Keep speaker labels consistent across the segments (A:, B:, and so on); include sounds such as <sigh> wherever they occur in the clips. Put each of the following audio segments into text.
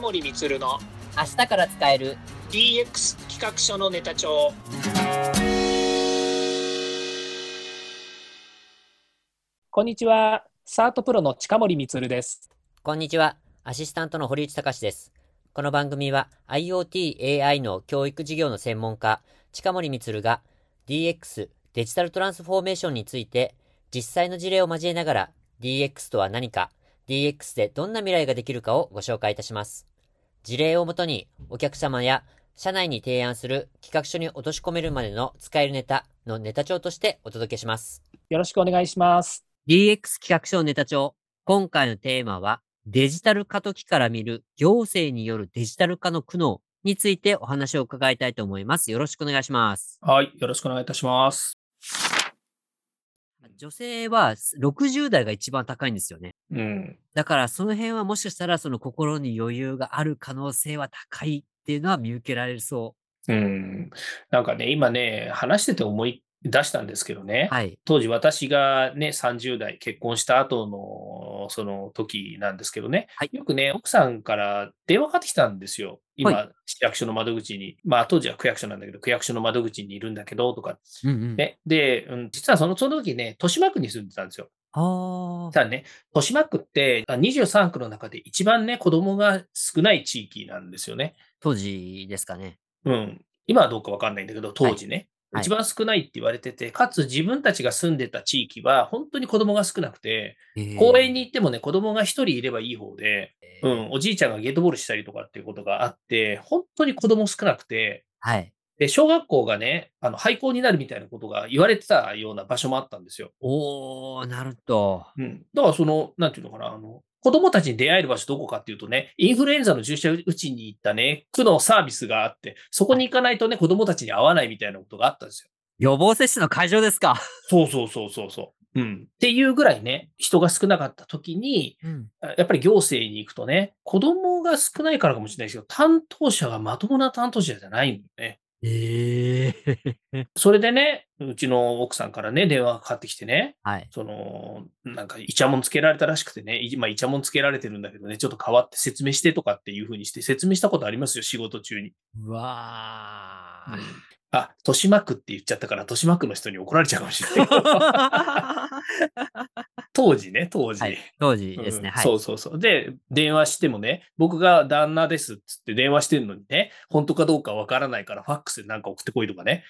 A: 森充の
B: 明日から使える
A: DX 企画書のネタ帳こんにちはサートプロの近森充です
B: こんにちはアシスタントの堀内隆ですこの番組は IoTAI の教育事業の専門家近森充が DX デジタルトランスフォーメーションについて実際の事例を交えながら DX とは何か DX でどんな未来ができるかをご紹介いたします事例をもとにお客様や社内に提案する企画書に落とし込めるまでの使えるネタのネタ帳としてお届けします
A: よろしくお願いします
B: DX 企画書ネタ帳。今回のテーマは、デジタル化ときから見る行政によるデジタル化の苦悩についてお話を伺いたいと思います。よろしくお願いします。
A: はいよろしくお願いいたします
B: 女性は60代が一番高いんですよね。
A: うん
B: だからその辺はもしかしたらその心に余裕がある可能性は高いっていうのは見受けられるそ
A: うんなんかね今ね話してて思い出したんですけどね、
B: う。はい。
A: 当時私がね、30代結婚した後のその時なんですけどね、
B: はい
A: よくね、奥さんから電話かかってきたんですよ。今、市役所の窓口に、まあ当時は区役所なんだけど、区役所の窓口にいるんだけどとか、
B: うんうん。
A: ね。で、うん、実はそのその時ね、豊島区に住んでたんですよ。
B: ああ。
A: ただね、豊島区ってあ23区の中で一番ね、子供が少ない地域なんですよね。
B: 当時ですかね。
A: うん、今はどうかわかんないんだけど、当時ね、
B: はい
A: 一番少ないって言われてて、かつ自分たちが住んでた地域は、本当に子供が少なくて、公園に行ってもね、子供が一人いればいい方で、
B: え
A: う
B: ー、
A: ん、おじいちゃんがゲートボールしたりとかっていうことがあって、本当に子供少なくて、
B: はい。
A: で、小学校がね、あの廃校になるみたいなことが言われてたような場所もあったんですよ。
B: おー、なると。
A: うん。だから、その、なんていうのかな、あの、子供たちに出会える場所どこかっていうとね、インフルエンザの注射打ちに行ったね、区のサービスがあって、そこに行かないとね、子供たちに会わないみたいなことがあったんですよ。
B: 予防接種の会場ですか。
A: そうそうそうそうそう。うん。っていうぐらいね、人が少なかった時に、
B: うん。
A: あやっぱり行政に行くとね、子供が少ないからかもしれないですけど、担当者がまともな担当者じゃないんだよね。
B: <laughs> ええ
A: それでね、うちの奥さんからね、電話がかかってきてね、
B: はい。
A: その、なんか、イチャモンつけられたらしくてね、いまあ、イチャモンつけられてるんだけどね、ちょっと変わって説明してとかっていう風にして、説明したことありますよ、仕事中に。
B: うわ
A: うんあ、豊島区って言っちゃったから、豊島区の人に怒られちゃうかもしれないけど。
B: <laughs>
A: <laughs> 当時ね、当時。
B: はい当時です
A: う
B: ね。
A: ん
B: はい。
A: そうそうそう。で、電話してもね、僕が旦那ですっつって電話してるのにね、本当かどうかわからないからファックスでなんか送ってこいとかね、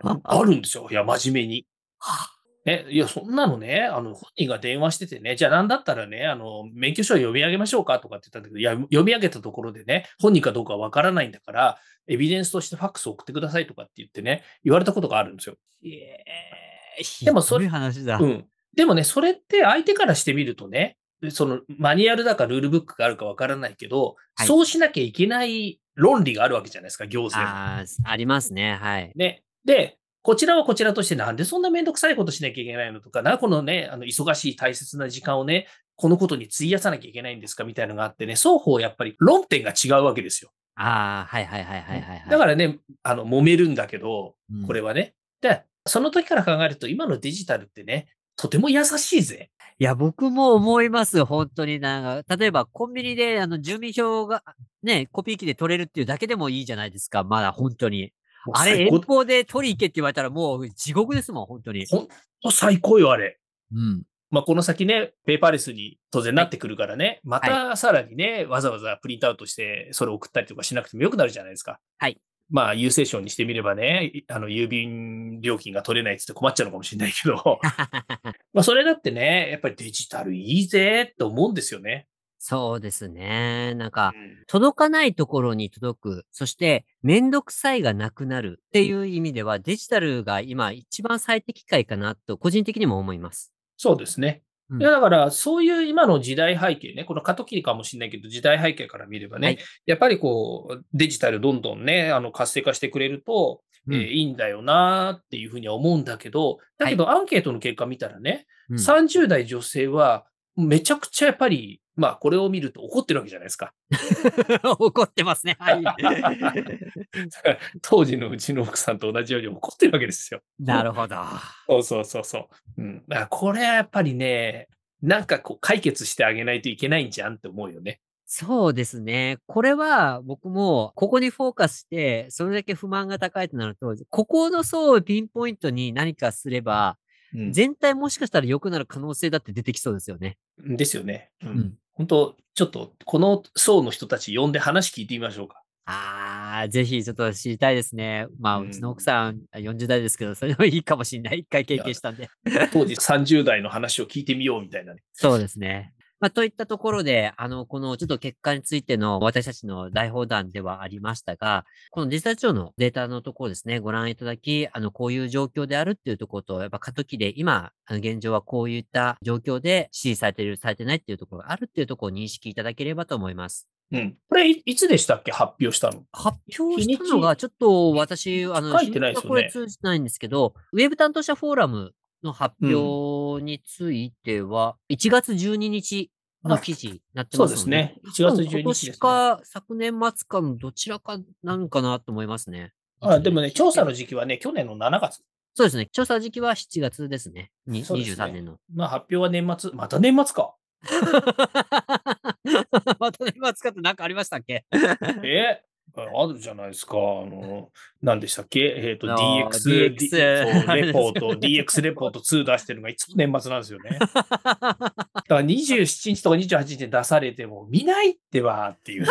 B: は <laughs>
A: あるんですよ。いや、真面目に。
B: は
A: ね、いや、そんなのね、あの、本人が電話しててね、じゃあなんだったらね、あの、免許証を読み上げましょうかとかって言ったんだけど、いや、読み上げたところでね、本人かどうかわからないんだから、エビデンスとしてファックスを送ってくださいとかって言ってね、言われたことがあるんですよ。
B: で
A: でもそれ
B: いう話だ。
A: うん。でもね、それって相手からしてみるとね、そのマニュアルだかルールブックがあるかわからないけど、
B: はい
A: そうしなきゃいけない論理があるわけじゃないですか、行政は
B: あーありますね。はい。
A: ね。で、こちらはこちらとして、なんでそんなめんどくさいことしなきゃいけないのとか、な、このね、あの忙しい大切な時間をね、このことに費やさなきゃいけないんですかみたいのがあってね、双方やっぱり論点が違うわけですよ。
B: ああ、はいはいはいはいはいはい。
A: だからね、あの、揉めるんだけど、
B: うん
A: これはね。で、その時から考えると、今のデジタルってね、とても優しいぜ。
B: いや、僕も思います。本当になんか、例えばコンビニであの住民票がね、コピー機で取れるっていうだけでもいいじゃないですか。まだ本当に。
A: もう
B: あれ、
A: 最高
B: 遠方で取り行けって言われたらもう地獄ですもん、本当に。
A: 本当最高よ、あれ。
B: うん。
A: まあ、この先ね、ペーパーレスに当然なってくるからね、またさらにね、わざわざプリントアウトして、それを送ったりとかしなくてもよくなるじゃないですか。
B: はい。
A: まあ、郵政省にしてみればね、いあの郵便料金が取れないっつって困っちゃうのかもしれないけ
B: <laughs>
A: ど、まあ、それだってね、やっぱりデジタルいいぜと思うんですよね。
B: そうですね。なんか
A: う、ん
B: 届かないところに届く、そしてめんどくさいがなくなるっていう意味では、デジタルが今一番最適解かなと個人的にも思います。
A: そうですね。
B: うん
A: いやだから、そういう今の時代背景ね、この過渡期かもしれないけど、時代背景から見ればね、
B: はい
A: やっぱりこう、デジタルどんどんね、あの活性化してくれると、えーいいんだよなっていうふうには思うんだけど、だけどアンケートの結果見たらね、
B: うん
A: 30代女性はめちゃくちゃやっぱり、まあこれを見ると怒ってるわけじゃないですか。
B: <laughs>
A: <laughs>
B: 怒ってますね。はい。
A: <laughs> 当時のうちの奥さんと同じように怒ってるわけですよ。
B: なるほど。
A: そうそうそうそう。うん、だからこれはやっぱりね、なんかこう解決してあげないといけないんじゃんって思うよね。
B: そうですね。これは僕もここにフォーカスして、それだけ不満が高いとなると、ここの層をピンポイントに何かすれば、
A: うん
B: 全体もしかしたら良くなる可能性だって出てきそうですよね。
A: ですよね。うん
B: うん
A: 本当、ちょっと、この層の人たち呼んで話聞いてみましょうか。
B: ああ、ぜひちょっと知りたいですね。まあ、
A: うん
B: うちの奥さん40代ですけど、それもいいかもしれない。一回経験したんで。
A: 当時30代の話を聞いてみようみたいなね。
B: そうですね。まあ、といったところで、あの、このちょっと結果についての私たちの大砲弾ではありましたが、このデジタル庁のデータのところですね、ご覧いただき、あの、こういう状況であるっていうところと、やっぱ過渡期で今、あの現状はこういった状況で支持されている、されてないっていうところがあるっていうところを認識いただければと思います。
A: うん。これい、いつでしたっけ発表したの。
B: 発表
A: 日
B: し
A: に
B: た
A: ち
B: のが、ちょっと私、あの、
A: 書いてないですよね
B: 日にちはこれ通じてないんですけど、ウェブ担当者フォーラムの発表については、1月12日の記事になって
A: そ
B: ま
A: う
B: すので、
A: ですね。1月
B: 多分
A: 12日
B: 今
A: です、ね
B: 年。か昨年末かのどちらかなのかなと思いますね。
A: あでもね、調査の時期はね、去年の7月。
B: そうですね。調査時期は7月ですね。に
A: そうですね
B: 23年の。 <laughs>
A: まあ、発表は年末。また年末か。
B: また年末かって何かありましたっけ <laughs>
A: えあるじゃないですか。あの、何でしたっけえっ、と、
B: あー
A: DX、
B: DX
A: そうレポー
B: <laughs>
A: ト、DX レポート2出してるのがいつも年末なんですよね。だから27日とか28日で出されても、見ないってはって
B: <laughs>
A: いう。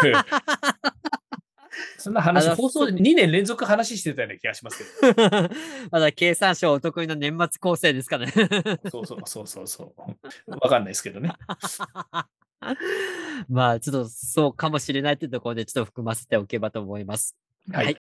A: そんな話
B: あ、の
A: 放送で2年連続話してたような気がしますけど。
B: まだ経産省お得意の年末構成ですかね。
A: そうそうそうそうそう。わかんないですけどね。
B: <laughs> まあ、ちょっとそうかもしれないというところで、ちょっと含ませておけばと思います。
A: はい。
B: はい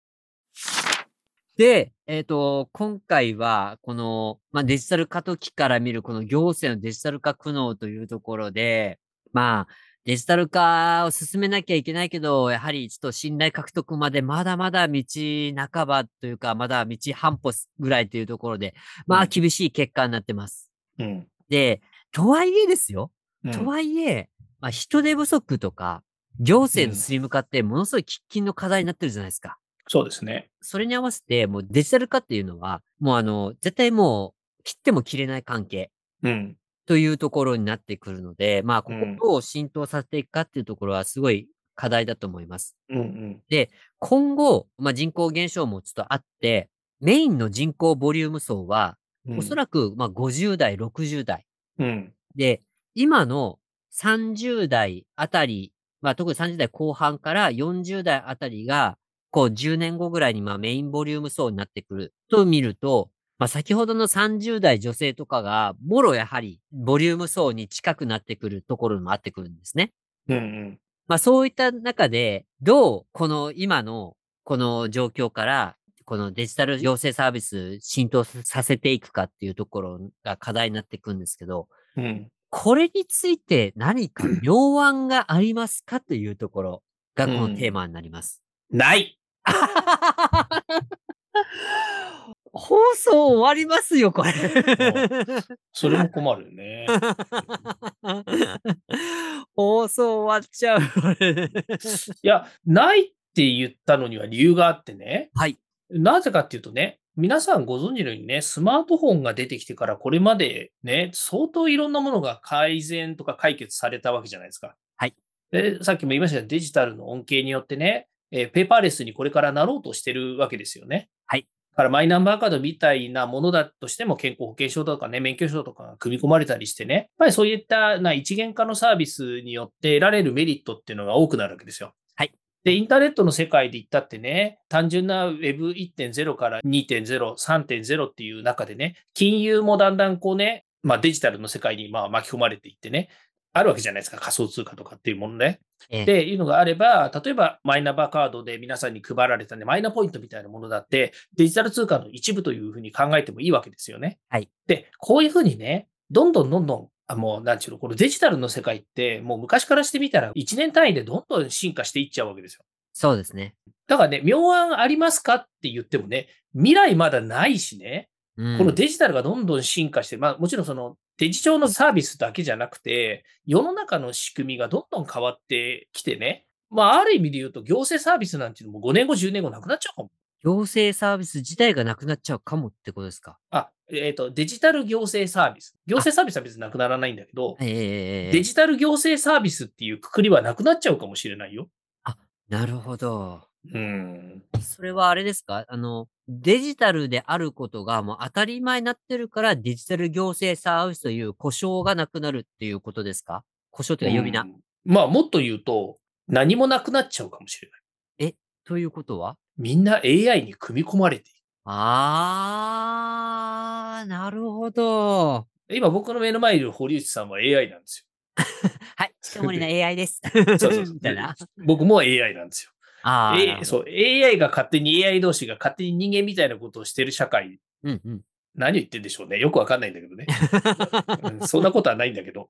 B: で、えっ、と、今回は、この、まあ、デジタル化と期から見る、この行政のデジタル化苦悩というところで、まあ、デジタル化を進めなきゃいけないけど、やはりちょっと信頼獲得までまだまだ道半ばというか、まだ道半歩ぐらいというところで、ま
A: う
B: あ、
A: ん
B: 厳しい結果になってます。
A: うん。
B: で、とはいえですよ、
A: うん
B: とはいえ、まあ、人手不足とか、行政のスリム化ってものすごい喫緊の課題になってるじゃないですか。
A: そうですね。
B: それに合わせて、もうデジタル化っていうのは、もうあの、絶対もう切っても切れない関係
A: うん。
B: というところになってくるので、まあ、こ
A: うん
B: こをどう浸透させていくかっていうところはすごい課題だと思います。
A: うんうん。
B: 今後、まあ、人口減少もちょっとあって、メインの人口ボリューム層は、
A: うん
B: おそらく、まあ、50代、60代、
A: うん。
B: で、今の30代あたり、まあ特に30代後半から40代あたりが、こう10年後ぐらいにまあメインボリューム層になってくると見ると、まあ先ほどの30代女性とかが、もろやはりボリューム層に近くなってくるところもあってくるんですね。
A: うんうん。
B: まあそういった中で、どうこの今のこの状況から、このデジタル行政サービス浸透させていくかっていうところが課題になってくるんですけど、
A: うん。
B: これについて何か妙案がありますかというところがこのテーマになります。
A: ない
B: 放送終わりますよ、これ。
A: それも困るよね。
B: <laughs> 放送終わっちゃう。これ
A: いや、ないって言ったのには理由があってね。
B: はい。
A: なぜかっていうとね、皆さんご存知のようにね、スマートフォンが出てきてからこれまでね、相当いろんなものが改善とか解決されたわけじゃないですか。
B: はい。
A: で、さっきも言いましたが、デジタルの恩恵によってね、えーペーパーレスにこれからなろうとしてるわけですよね。
B: はい。
A: だからマイナンバーカードみたいなものだとしても健康保険証とかね、免許証とかが組み込まれたりしてね、やっぱりそういったな一元化のサービスによって得られるメリットっていうのが多くなるわけですよ。で、インターネットの世界で言ったってね、単純な Web1.0 から2.0、3.0っていう中でね、金融もだんだんこうね、まあ、デジタルの世界にまあ巻き込まれていってね、あるわけじゃないですか、仮想通貨とかっていうものね。
B: <laughs> ええ
A: っていうのがあれば、例えばマイナンバーカードで皆さんに配られたね、マイナポイントみたいなものだって、デジタル通貨の一部というふうに考えてもいいわけですよね。
B: はい
A: で、こういうふうにね、どんどんどんどん、あもう、なんちゅうの、このデジタルの世界って、もう昔からしてみたら、1年単位でどんどん進化していっちゃうわけですよ。
B: そうですね。
A: だからね、妙案ありますかって言ってもね、未来まだないしね、
B: うん
A: このデジタルがどんどん進化して、まあもちろんそのデジ上のサービスだけじゃなくて、世の中の仕組みがどんどん変わってきてね、まあある意味で言うと行政サービスなんていうのも5年後、10年後なくなっちゃうかも。
B: 行政サービス自体がなくなっちゃうかもってことですか。
A: あ、えっ、と、デジタル行政サービス。行政サービスは別になくならないんだけど、
B: ええ
A: デジタル行政サービスっていうくくりはなくなっちゃうかもしれないよ。
B: なるほど。
A: うん。
B: それはあれですかあの、デジタルであることがもう当たり前になってるから、デジタル行政サービスという故障がなくなるっていうことですか故障というか呼び名、
A: うんまあ、もっと言うと、何もなくなっちゃうかもしれない。
B: ということは
A: みんな AI に組み込まれている。
B: あー、なるほど。
A: 今僕の目の前にいる堀内さんは AI なんです
B: <laughs> はい、近森の AI です。
A: よ。 <laughs>
B: <laughs>
A: そうそうそう
B: みたいな。
A: 僕も AI なんですよ。
B: あー。なるほ
A: A-
B: ど
A: そう AI が勝手に AI 同士が勝手に人間みたいなことをしてる社会、
B: うんうん。
A: 何を言ってんでしょうね。よくわかんないんだけど
B: <laughs>
A: ね。うんそんなことはないんだけど。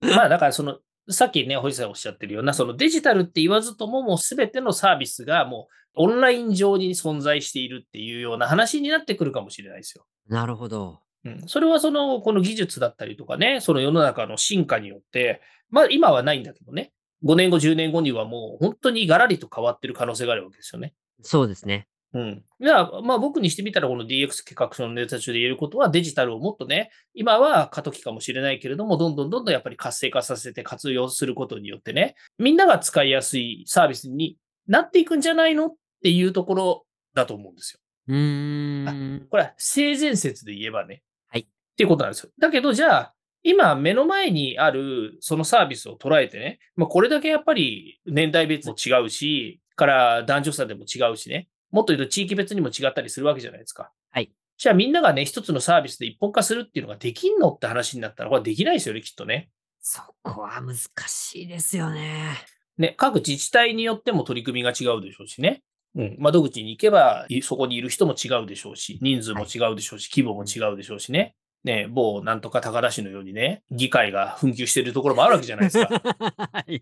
A: まあだからその、さっきね、堀さんおっしゃってるような、そのデジタルって言わずとも、もうすべてのサービスがもうオンライン上に存在しているっていうような話になってくるかもしれないですよ。
B: なるほど。
A: うん、それはその、この技術だったりとかね、その世の中の進化によって、まあ今はないんだけどね、5年後、10年後にはもう本当にガラリと変わってる可能性があるわけですよね。
B: そうですね。
A: うん。じゃあ、まあ僕にしてみたら、この DX 企画書のネタ中で言えることは、デジタルをもっとね、今は過渡期かもしれないけれども、どんどんどんどんやっぱり活性化させて活用することによってね、みんなが使いやすいサービスになっていくんじゃないのっていうところだと思うんですよ。
B: うーん。
A: これは性善説で言えばね。
B: はい
A: っていうことなんですよ。だけど、じゃあ、今目の前にあるそのサービスを捉えてね、まあ、これだけやっぱり年代別も違うし、から男女差でも違うしね、もっと言うと地域別にも違ったりするわけじゃないですか。
B: はい。
A: じゃあみんながね、一つのサービスで一本化するっていうのができんのって話になったら、これはできないですよね、きっとね。
B: そこは難しいですよね。
A: ね、各自治体によっても取り組みが違うでしょうしね。うん、窓口に行けば、いそこにいる人も違うでしょうし、人数も違うでしょうし、規模も違うでしょうしね。ね、某なんとか高田市のようにね、議会が紛糾してるところもあるわけじゃないです
B: <laughs>
A: か。だか
B: はい。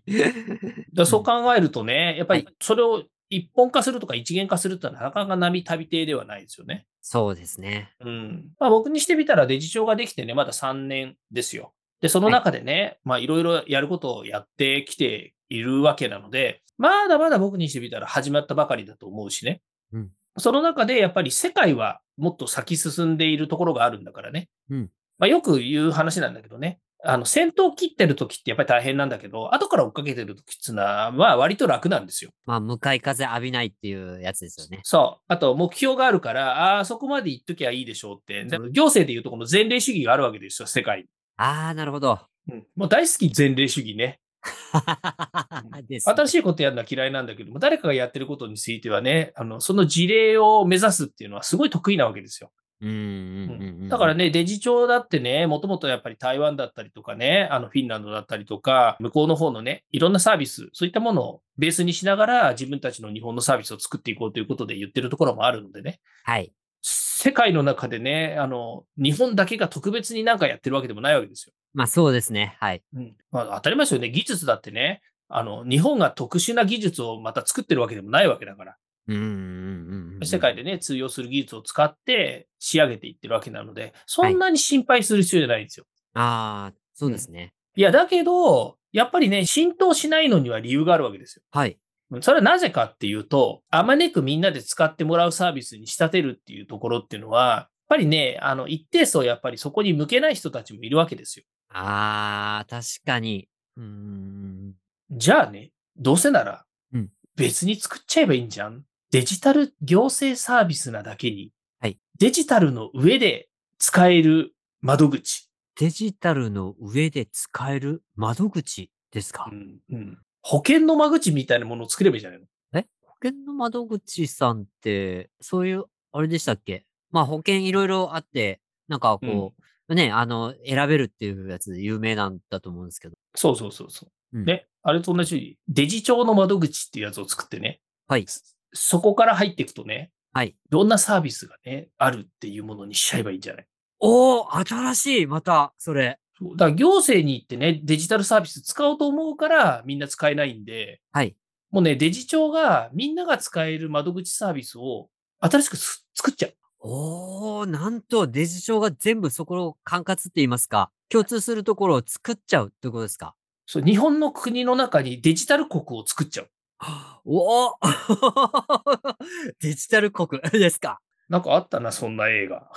A: らそう考えるとね、やっぱり
B: は
A: それを一本化するとか一元化するってのはなかなか並大抵ではないですよね。
B: そうですね。
A: うん。まあ僕にしてみたらデジ庁ができてね、まだ3年ですよ。で、その中でね、まあいろいろやることをやってきているわけなので、まだまだ僕にしてみたら始まったばかりだと思うしね。
B: うん
A: その中でやっぱり世界はもっと先進んでいるところがあるんだからね。
B: うん
A: まあよく言う話なんだけどね。あの、先頭を切ってる時ってやっぱり大変なんだけど、後から追っかけてる時っていうのは、まあ割と楽なんですよ。
B: まあ、向かい風浴びないっていうやつですよね。
A: そう。あと、目標があるから、ああ、そこまで行っときゃいいでしょうって、で行政でいうとこの前例主義があるわけですよ、世界
B: ああ、なるほど。
A: に。もう大好き前例主義ね。
B: <laughs> ですね
A: 新しいことやるのは嫌いなんだけども、誰かがやってることについてはね、あのその事例を目指すっていうのはすごい得意なわけですよ。
B: うんうんうんうん。
A: だからね、デジ庁だってね、もともとやっぱり台湾だったりとかね、あのフィンランドだったりとか、向こうの方のね、いろんなサービス、そういったものをベースにしながら、自分たちの日本のサービスを作っていこうということで言ってるところもあるのでね。
B: はい。
A: 世界の中でね、あの、日本だけが特別になんかやってるわけでもないわけですよ。
B: まあ、そうですね。はい。
A: うんまあ、当たり前ですよね。技術だってね、あの、日本が特殊な技術をまた作ってるわけでもないわけだから、
B: うんうんうんうん。
A: 世界でね、通用する技術を使って仕上げていってるわけなので、そんなに心配する必要じゃないんですよ。
B: ああ、そうですね。
A: い、や、だけど、やっぱりね、浸透しないのには理由があるわけですよ。
B: はい。
A: それはなぜかっていうと、あまねくみんなで使ってもらうサービスに仕立てるっていうところっていうのは、やっぱりね、あの、一定層やっぱりそこに向けない人たちもいるわけですよ。
B: ああ、確かに。うーん。
A: じゃあね、どうせなら
B: うん、別
A: に作っちゃえばいいんじゃん。デジタル行政サービスなだけに、
B: はい
A: デジタルの上で使える窓口、
B: デジタルの上で使える窓口ですか、
A: うんうん保険の間口みたいなものを作ればいいじゃないの。
B: 保険の窓口さんって、そういう、あれでしたっけまあ保険いろいろあって、なんかこう、ね、あの、選べるっていうやつで有名なんだと思うんですけど。
A: そうそうそうそう、
B: うん
A: ね、あれと同じように、デジ庁の窓口っていうやつを作ってね、
B: はい。
A: そこから入っていくとね、
B: はい。
A: どんなサービスがね、あるっていうものにしちゃえばいいんじゃない
B: おお新しいまた、それ。
A: そうだから行政に行ってね、デジタルサービス使おうと思うからみんな使えないんで、
B: はい。
A: もうね、デジ庁がみんなが使える窓口サービスを新しくす作っちゃう。
B: おおなんと、デジ庁が全部そこを管轄って言いますか、共通するところを作っちゃうってことですか
A: そう日本の国の中にデジタル国を
B: <laughs>
A: 作っちゃう。
B: おおデジタル国ですか
A: なんかあったな、そんな映画。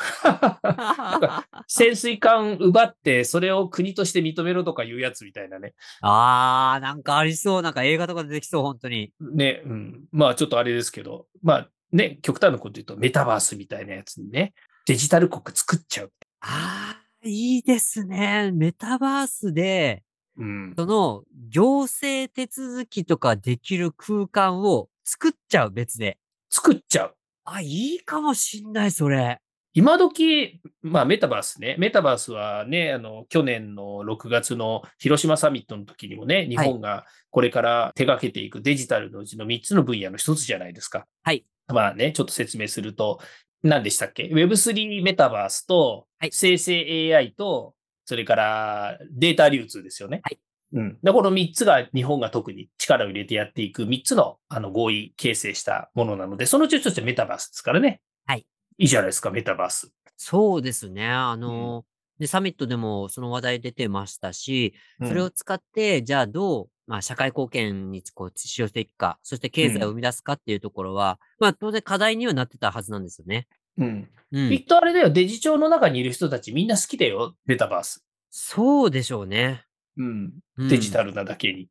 A: 潜水艦奪って、それを国として認めろとかいうやつみたいなね。
B: あー、なんかありそう。なんか映画とか出てきそう、本当に。
A: ね、うん。まあちょっとあれですけど、まあね、極端なこと言うとメタバースみたいなやつにね、デジタル国作っちゃう。
B: あー、いいですね。メタバースで、
A: うん。
B: その行政手続きとかできる空間を作っちゃう、別で。
A: 作っちゃう。
B: あ、いいかもしんない、それ。
A: 今時、まあメタバースね。メタバースはね、あの、去年の6月の広島サミットの時にもね、日本がこれから手掛けていくデジタルのうちの3つの分野の一つじゃないですか。
B: はい。
A: まあね、ちょっと説明すると、何でしたっけ ?Web3 メタバースと
B: はい、
A: 生成 AI と、それからデータ流通ですよね。
B: はい。
A: うん。で、この3つが日本が特に力を入れてやっていく3つのあの合意形成したものなので、そのうちの一つはメタバースですからね。
B: はい。
A: いいじゃないですか、メタバース。
B: そうですね。あの、で、サミットでもその話題出てましたし、それ
A: う
B: を
A: ん
B: 使って、じゃあどう、まあ、社会貢献にこう使用していくか、そして経済を生み出すかっていうところは、まあ、当然課題にはなってたはずなんですよね。
A: うん
B: う
A: きっ
B: ん。
A: とあれだよ、デジ庁の中にいる人たちみんな好きだよ、メタバース。
B: そうでしょうね。
A: うん、
B: うん
A: デジタルなだけに。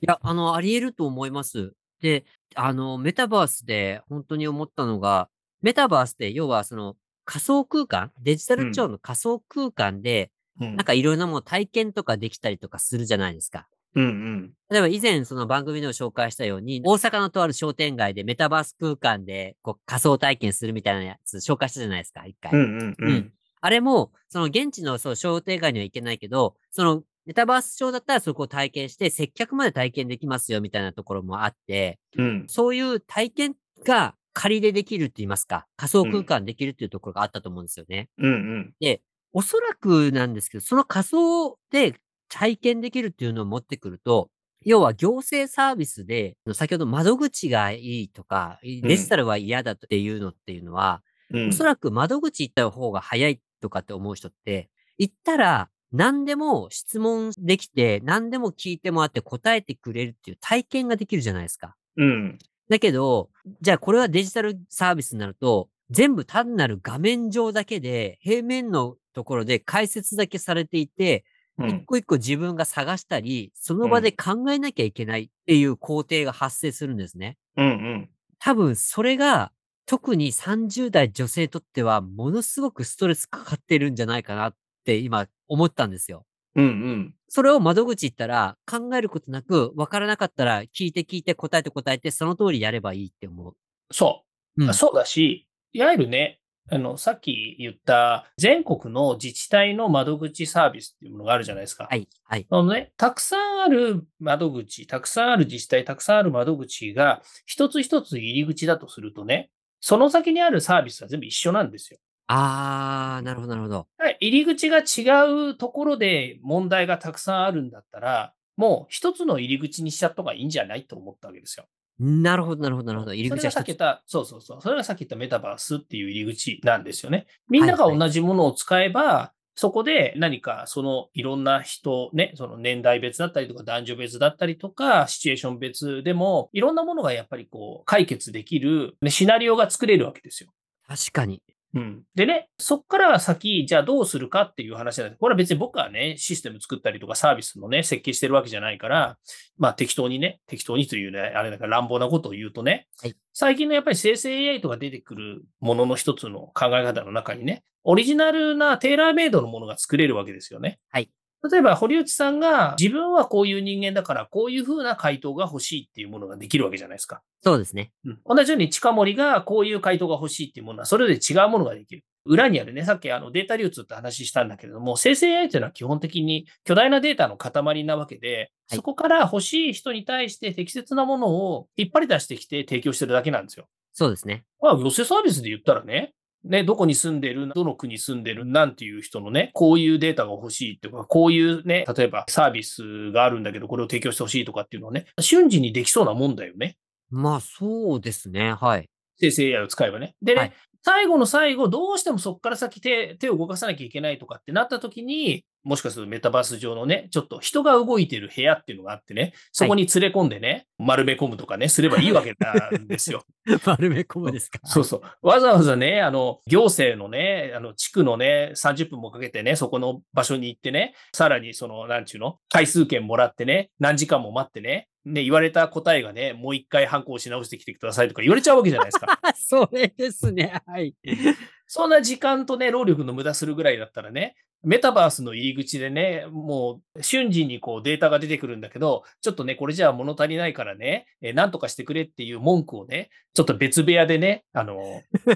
B: いや、あの、あり得ると思います。で、あの、メタバースで本当に思ったのが、メタバースって要はその仮想空間、デジタル庁の仮想空間
A: うん
B: で、なんかいろんなもの体験とかできたりとかするじゃないですか。
A: うんうん
B: 例えば以前その番組でも紹介したように、大阪のとある商店街でメタバース空間でこう仮想体験するみたいなやつ紹介したじゃないですか、一回。
A: うんうんう
B: うんんあれも、その現地のそう商店街には行けないけど、そのメタバース上だったらそこを体験して、接客まで体験できますよみたいなところもあって、
A: うん
B: そういう体験が仮でできるって言いますか、仮想空間できるっていうところがあったと思うんですよね。
A: うんうん
B: おそらくなんですけど、その仮想で体験できるっていうのを持ってくると、要は行政サービスで、先ほど窓口がいいとか、デジタルは嫌だっていうのっていうのは、
A: うん
B: おそらく窓口行った方が早いとかって思う人って、行ったら何でも質問できて、何でも聞いてもらって答えてくれるっていう体験ができるじゃないですか。
A: うん
B: だけど、じゃあこれはデジタルサービスになると、全部単なる画面上だけで、平面のところで解説だけされていて、
A: う
B: 一
A: ん
B: 個一個自分が探したり、その場で考えなきゃいけないっていう工程が発生するんですね。
A: うん
B: 多分それが特に30代女性にとってはものすごくストレスかかってるんじゃないかなって今思ったんですよ。
A: うんうん
B: それを窓口行ったら考えることなく分からなかったら聞いて聞いて答えて答えてその通りやればいいって思う。
A: そう、
B: うん
A: そうだし、いわゆるね、あのさっき言った全国の自治体の窓口サービスっていうものがあるじゃないですか。
B: はい。はい。
A: あのね、たくさんある窓口、たくさんある自治体、たくさんある窓口が、一つ一つ入り口だとするとね、その先にあるサービスは全部一緒なんですよ。
B: あー、なるほど、なるほど。
A: はい入り口が違うところで問題がたくさんあるんだったら、もう一つの入り口にしちゃった方がいいんじゃないと思ったわけですよ。
B: なるほど、なるほど、なるほど。入り
A: それ
B: 口
A: が
B: は
A: さっ
B: 一
A: き言
B: つ。
A: った、そうそうそう、それがさっき言ったメタバースっていう入り口なんですよね。みんなが
B: はいはい
A: 同じものを使えば、そこで何かそのいろんな人、ね、その年代別だったりとか男女別だったりとか、シチュエーション別でも、いろんなものがやっぱりこう解決できる、ね、シナリオが作れるわけですよ。
B: 確かに。
A: うん、でね、そこから先、じゃあどうするかっていう話なんです。これは別に僕はね、システム作ったりとかサービスのね、設計してるわけじゃないから、まあ適当にね、適当にというね、あれだから乱暴なことを言うとね、
B: はい
A: 最近のやっぱり生成 AI とか出てくるものの一つの考え方の中にね、オリジナルなテーラーメイドのものが作れるわけですよね。
B: はい
A: 例えば、堀内さんが自分はこういう人間だから、こういうふうな回答が欲しいっていうものができるわけじゃないですか。
B: そうですね。
A: うん同じように近森がこういう回答が欲しいっていうものは、それぞれ違うものができる。裏にあるね、さっきあのデータ流通って話したんだけれども、生成 AI というのは基本的に巨大なデータの塊なわけで、
B: はい
A: そこから欲しい人に対して適切なものを引っ張り出してきて提供してるだけなんですよ。
B: そうですね。
A: まあ、寄せサービスで言ったらね、ね、どこに住んでる、どの国に住んでるなんていう人のね、こういうデータが欲しいとか、こういうね、例えばサービスがあるんだけど、これを提供してほしいとかっていうのはね、瞬時にできそうなもんだよね。
B: まあ、そうですね。はい。
A: 生成 AI を使えばね。でね、
B: はい
A: 最後の最後、どうしてもそこから先手手を動かさなきゃいけないとかってなった時に、もしかするとメタバース上のね、ちょっと人が動いてる部屋っていうのがあってね、そこに連れ込んでね、丸め込むとかね、すればいいわけなんですよ。
B: <laughs> 丸め込むですか。
A: <laughs>
B: <laughs>
A: そうそう。わざわざね、あの、行政のね、あの、地区のね、30分もかけてね、そこの場所に行ってね、さらにその、なんちゅうの、回数券もらってね、何時間も待ってね、ね、言われた答えがね、もう一回反抗し直してきてくださいとか言われちゃうわけじゃないですか。
B: あそれですね。はい。 <laughs>
A: そんな時間とね、労力の無駄するぐらいだったらね、メタバースの入り口でね、もう瞬時にこうデータが出てくるんだけど、ちょっとね、これじゃあ物足りないからね、えーなんとかしてくれっていう文句をね、ちょっと別部屋でね、あ
B: <laughs>
A: の、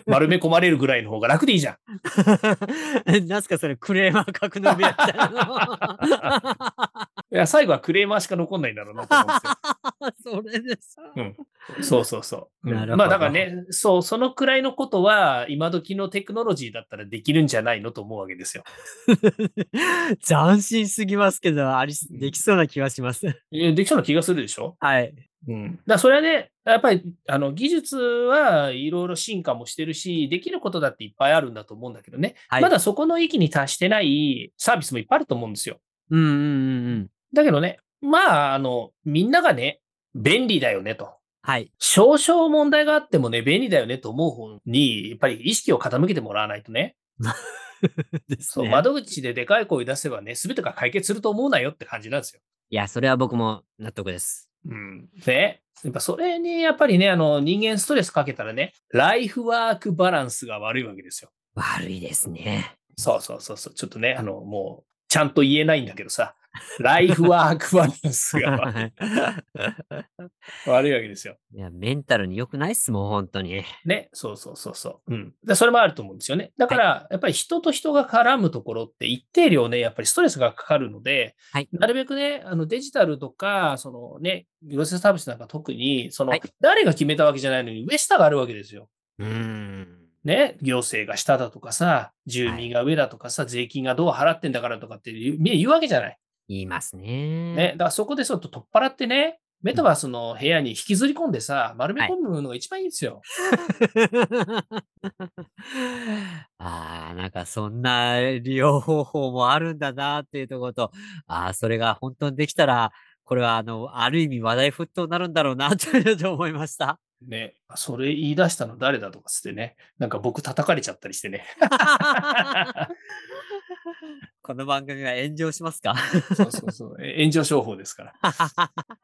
A: 丸め込まれるぐらいの方が楽でいいじゃん。
B: なんすか、それ、クレーマー格納部屋みたいな。
A: いや、最後はクレーマーしか残んないんだろうなと思うんです
B: <laughs>
A: よ。
B: <laughs> それです。 <laughs>
A: そうそうそう。うん
B: なるほど
A: まあだからね、そう、そのくらいのことは、今時のテクノロジーだったらできるんじゃないのと思うわけですよ。
B: 斬新すぎますけど、ありできそうな気がします。 <laughs>
A: えできそうな気がするでしょ
B: はい。
A: うん、だからそれはね、やっぱりあの技術はいろいろ進化もしてるし、できることだっていっぱいあるんだと思うんだけどね、
B: はい
A: まだそこの域に達してないサービスもいっぱいあると思うんですよ。
B: うんうんうんうん。
A: だけどね、まあ、あのみんながね、便利だよねと。
B: <laughs> はい。
A: 少々問題があってもね、便利だよねと思う方に、やっぱり意識を傾けてもらわないとね、
B: です
A: そう
B: ね。
A: 窓口ででかい声出せばね、すべてが解決すると思うなよって感じなんですよ。
B: いや、それは僕も納得です。
A: うん、ね。やっぱそれにやっぱりね、あの人間ストレスかけたらね、ライフワークバランスが悪いわけですよ。
B: 悪いですね。
A: そうそうそうそう。ちょっとね、あの、もう、ちゃんと言えないんだけどさ、ライフワークバランスが
B: <laughs>
A: 悪い悪いわけですよ。
B: いや、メンタルに良くないっすもん、本当に。
A: ね。そうそうそうそう。うん。で、それもあると思うんですよね。だから、やっぱり人と人が絡むところって一定量ね、やっぱりストレスがかかるので、
B: はい
A: なるべくね、あのデジタルとか、そのね、行政サービスなんか特に、その、
B: はい
A: 誰が決めたわけじゃないのに、上下があるわけですよ。
B: うーん。
A: ね、行政が下だとかさ、住民が上だとかさ、税金がどう払ってんだからとかって言うみんな言うわけじゃない。
B: 言いますね。
A: ね、だからそこでちょっと取っ払ってね、メタバースの部屋に引きずり込んでさ、丸め込むのが一番いいんですよ。
B: <laughs> ああ、なんかそんな利用方法もあるんだなっていうところと、ああ、それが本当にできたら、これはあの、ある意味話題沸騰になるんだろうなというと思いました。 <laughs>
A: ね、それ言い出したの誰だとかつってね、なんか僕叩かれちゃったりしてね。
B: この番組は炎上しますか
A: そうそうそう、え炎上商法ですから。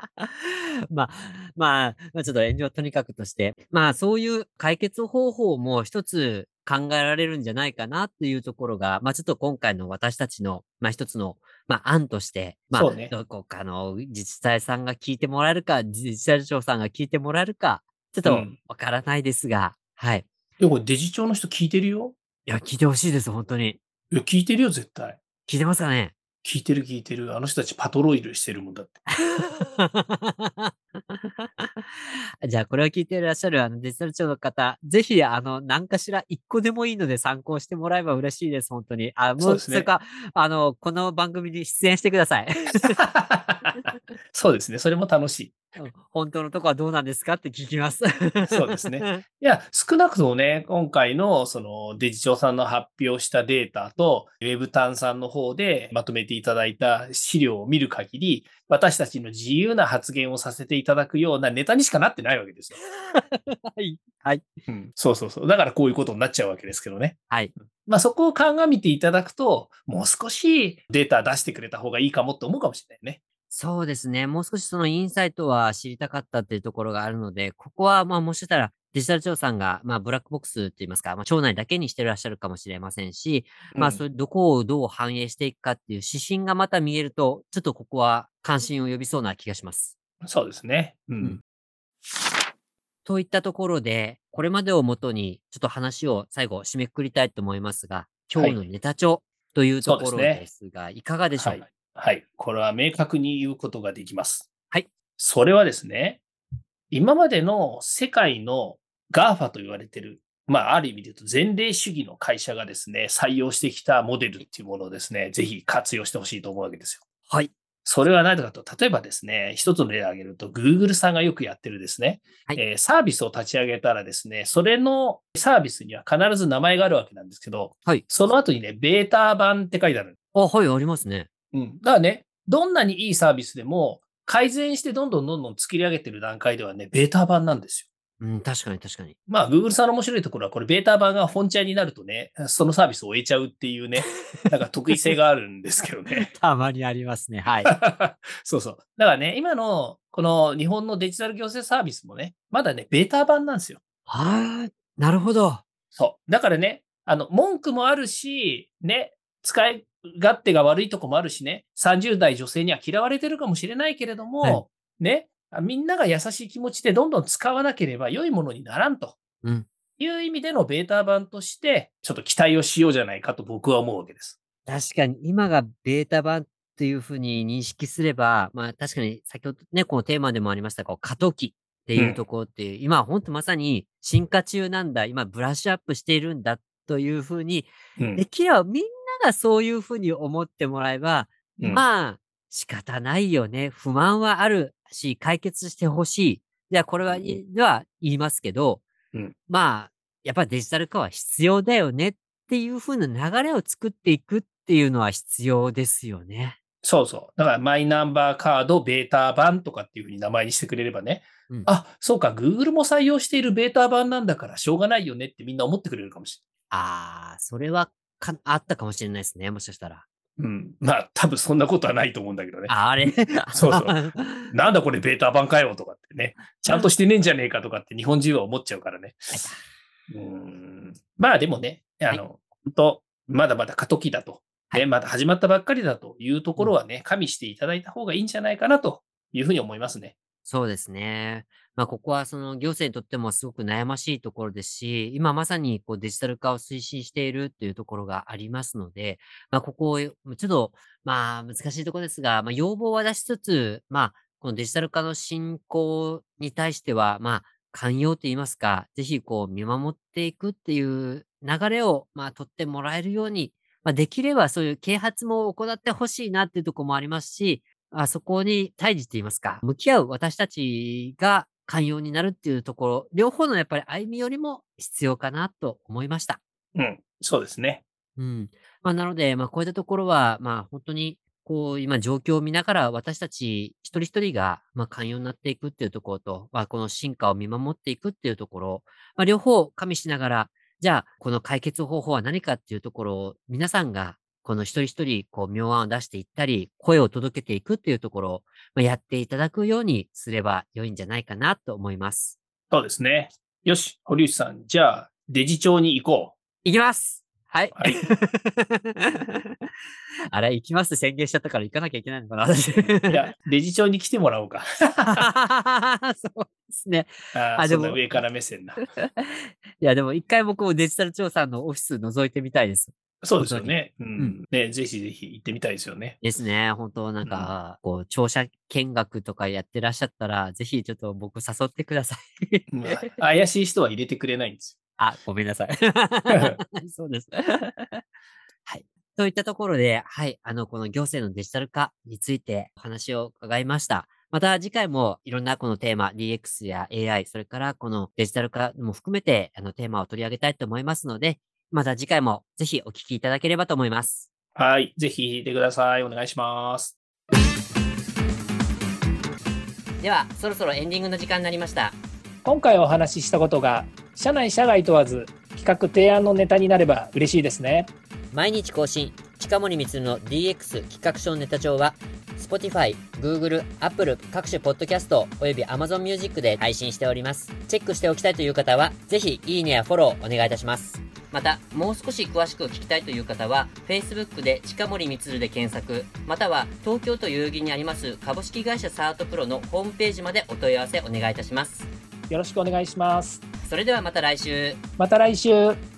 B: <laughs> まあ、まあ、まあ、ちょっと炎上とにかくとして、まあそういう解決方法も一つ考えられるんじゃないかなっていうところが、まあちょっと今回の私たちの、まあ一つの、まあ案として、ま
A: そ
B: あ、
A: うね
B: どこかの自治体さんが聞いてもらえるか、自治体長さんが聞いてもらえるか、ちょっ
A: う
B: と
A: ん
B: わからないですが、はい。
A: でもこれデジ庁の人聞いてるよ。
B: いや、聞いてほしいです、本当に。
A: いや、聞いてるよ、絶対。
B: 聞いてますかね
A: 聞いてる聞いてる。あの人たちパトロイルしてるもんだって。
B: <laughs> じゃあ、これを聞いていらっしゃるあのデジタル庁の方、ぜひ、あの、何かしら一個でもいいので参考してもらえば嬉しいです、本当に。あ、
A: そ
B: も
A: う
B: う、
A: です
B: そ
A: ね
B: れか、あの、この番組に出演してください。 <laughs>
A: そうですね、それも楽しい。
B: 本当のとこはどうなんですかって聞きます。
A: そうですね。いや、少なくともね、今回のそのデジ庁さんの発表したデータと、ウェブタンさんの方でまとめていただいた資料を見る限り、私たちの自由な発言をさせていただくようなネタにしかなってないわけですよ。
B: <laughs> はい。はい。
A: うん、そうそうそう。だからこういうことになっちゃうわけですけどね。
B: はい。
A: まあそこを鑑みていただくと、もう少しデータ出してくれた方がいいかもって思うかもしれないね。
B: そうですね。もう少しそのインサイトは知りたかったっていうところがあるので、ここはまあもしかしたらデジタル庁さんが、まあブラックボックスって言いますか、まあ庁内だけにしてらっしゃるかもしれませんし、まあ
A: うん
B: それどこをどう反映していくかっていう指針がまた見えると、ちょっとここは関心を呼びそうな気がします。
A: そうですね。う
B: うん
A: ん。
B: といったところで、これまでをもとにちょっと話を最後締めくくりたいと思いますが、今日のネタ帳というとこ
A: そ
B: ろ
A: うですね
B: ですが、いかがでしょう、
A: はい。はい。これは明確に言うことができます。
B: はい。
A: それはですね、今までの世界の GAFA と言われてる、まあ、ある意味で言うと前例主義の会社がですね、採用してきたモデルっていうものをですね、ぜひ活用してほしいと思うわけですよ。
B: はい。
A: それは何かと、例えばですね、一つの例を挙げると、Google さんがよくやってるですね、
B: はい
A: えーサービスを立ち上げたらですね、それのサービスには必ず名前があるわけなんですけど、
B: はい
A: その後にね、ベータ版って書いてある。
B: あ、はい、ありますね。
A: うん。だからね、どんなにいいサービスでも、改善してどんどんどんどん作り上げてる段階ではね、ベータ版なんですよ。
B: うん、確かに確かに。
A: まあ、Google さんの面白いところは、これ、ベータ版が本チャになるとね、そのサービスを終えちゃうっていうね、なんか得意性があるんですけど
B: <laughs>
A: ね。
B: たま <laughs> にありますね。はい。
A: そうそう。だからね、今の、この日本のデジタル行政サービスもね、まだね、ベータ版なんですよ。
B: はい。なるほど。
A: そう。だからね、あの、文句もあるし、ね、使い勝手が悪いとこもあるしね、30代女性には嫌われてるかもしれないけれども、
B: は
A: ね、みんなが優しい気持ちでどんどん使わなければ良いものにならんと。
B: うん
A: いう意味でのベータ版として、ちょっと期待をしようじゃないかと僕は思うわけです。
B: 確かに、今がベータ版というふうに認識すれば、まあ確かに先ほどね、このテーマでもありましたが、過渡期っていうところって、今は本当まさに進化中なんだ、今ブラッシュアップしているんだというふうに、
A: うん
B: できればみんながそういうふうに思ってもらえば、
A: うん
B: まあ仕方ないよね。不満はあるし、解決してほしい。じゃあこれは、いでは言いますけど、
A: うん
B: まあ、やっぱりデジタル化は必要だよねっていう風な流れを作っていくっていうのは必要ですよね。
A: そうそう。だから、マイナンバーカードベータ版とかっていうふうに名前にしてくれればね、
B: うん
A: あ、そうか、Google も採用しているベータ版なんだからしょうがないよねってみんな思ってくれるかもし
B: ああ、それはかあったかもしれないですね。もしかしたら。
A: れない。うん。まあ、多分そんなことはないと思うんだけどね。
B: ああ
A: <laughs>
B: れ
A: そうそう
B: 確
A: なんだこれベータ版かよとかってね。ちゃんとしてねえんじゃねえかとかって日本人は思っちゃうからね。うーんまあでもね、あの、本当まだまだ過渡期だと、
B: はい
A: ね、まだ始まったばっかりだというところはね、加味していただいた方がいいんじゃないかなというふうに思いますね。
B: そうですね。まあ、ここはその行政にとってもすごく悩ましいところですし、今まさにこうデジタル化を推進しているというところがありますので、まあ、ここをちょっと、まあ、難しいところですが、まあ、要望は出しつつ、まあ、このデジタル化の進行に対しては、まあ、寛容と言いますか、ぜひこう見守っていくっていう流れを、まあ、取ってもらえるように、まあ、できればそういう啓発も行ってほしいなっていうところもありますし、あそこに対峙って言いますか、向き合う私たちが寛容になるっていうところ、両方のやっぱり歩み寄りも必要かなと思いました。
A: うん、そうですね。
B: うん。まあ、なので、まあ、こういったところは、まあ、本当に、こう、今、状況を見ながら、私たち一人一人が、まあ、寛容になっていくっていうところと、まあ、この進化を見守っていくっていうところ、まあ、両方加味しながら、じゃあ、この解決方法は何かっていうところを、皆さんが、この一人一人、こう、妙案を出していったり、声を届けていくっていうところを、まあ、やっていただくようにすれば良いんじゃないかなと思います。
A: そうですね。よし、堀内さん、じゃあ、デジ庁に行こ
B: いきますはい。
A: はい
B: <laughs> あれ、行きますって宣言しちゃったから行かなきゃいけないのかな、私。
A: う。いや、デジ庁に来てもらおうか。
B: <laughs> そうですね。
A: あ
B: あ
A: あ、
B: で
A: そ
B: も
A: んな上から目線な。
B: いや、でも一回僕もデジタル調査のオフィス覗いてみたいです。
A: そうですよね。うんん。ね、ぜひぜひ行ってみたいですよね。
B: ですね。本当なんか、こう、庁舎見学とかやってらっしゃったら、ぜひちょっと僕誘ってください。
A: うん怪しい人は入れてくれないんです
B: あ、ごめんなさい。 <laughs> そうです。 <laughs> はい。といったところで、はい。あの、この行政のデジタル化についてお話を伺いました。また次回もいろんなこのテーマ、DX や AI、それからこのデジタル化も含めて、あのテーマを取り上げたいと思いますので、また次回もぜひお聞きいただければと思います。
A: よ。はい。ぜひ聞いてください。お願いします。
B: では、そろそろエンディングの時間になりました。
C: 今回お話ししたことが社内社外問わず企画提案のネタになれば嬉しいですね
B: 毎日更新近森光の DX 企画書ネタ帳は Spotify、Google、Apple 各種ポッドキャストおよび Amazon Music で配信しておりますチェックしておきたいという方はぜひいいねやフォローお願いいたしますまたもう少し詳しく聞きたいという方は Facebook で近森光で検索または東京都代々木にあります株式会社サートプロのホームページまでお問い合わせお願いいたします
C: よろしくお願いします
B: それではまた来週
C: また来週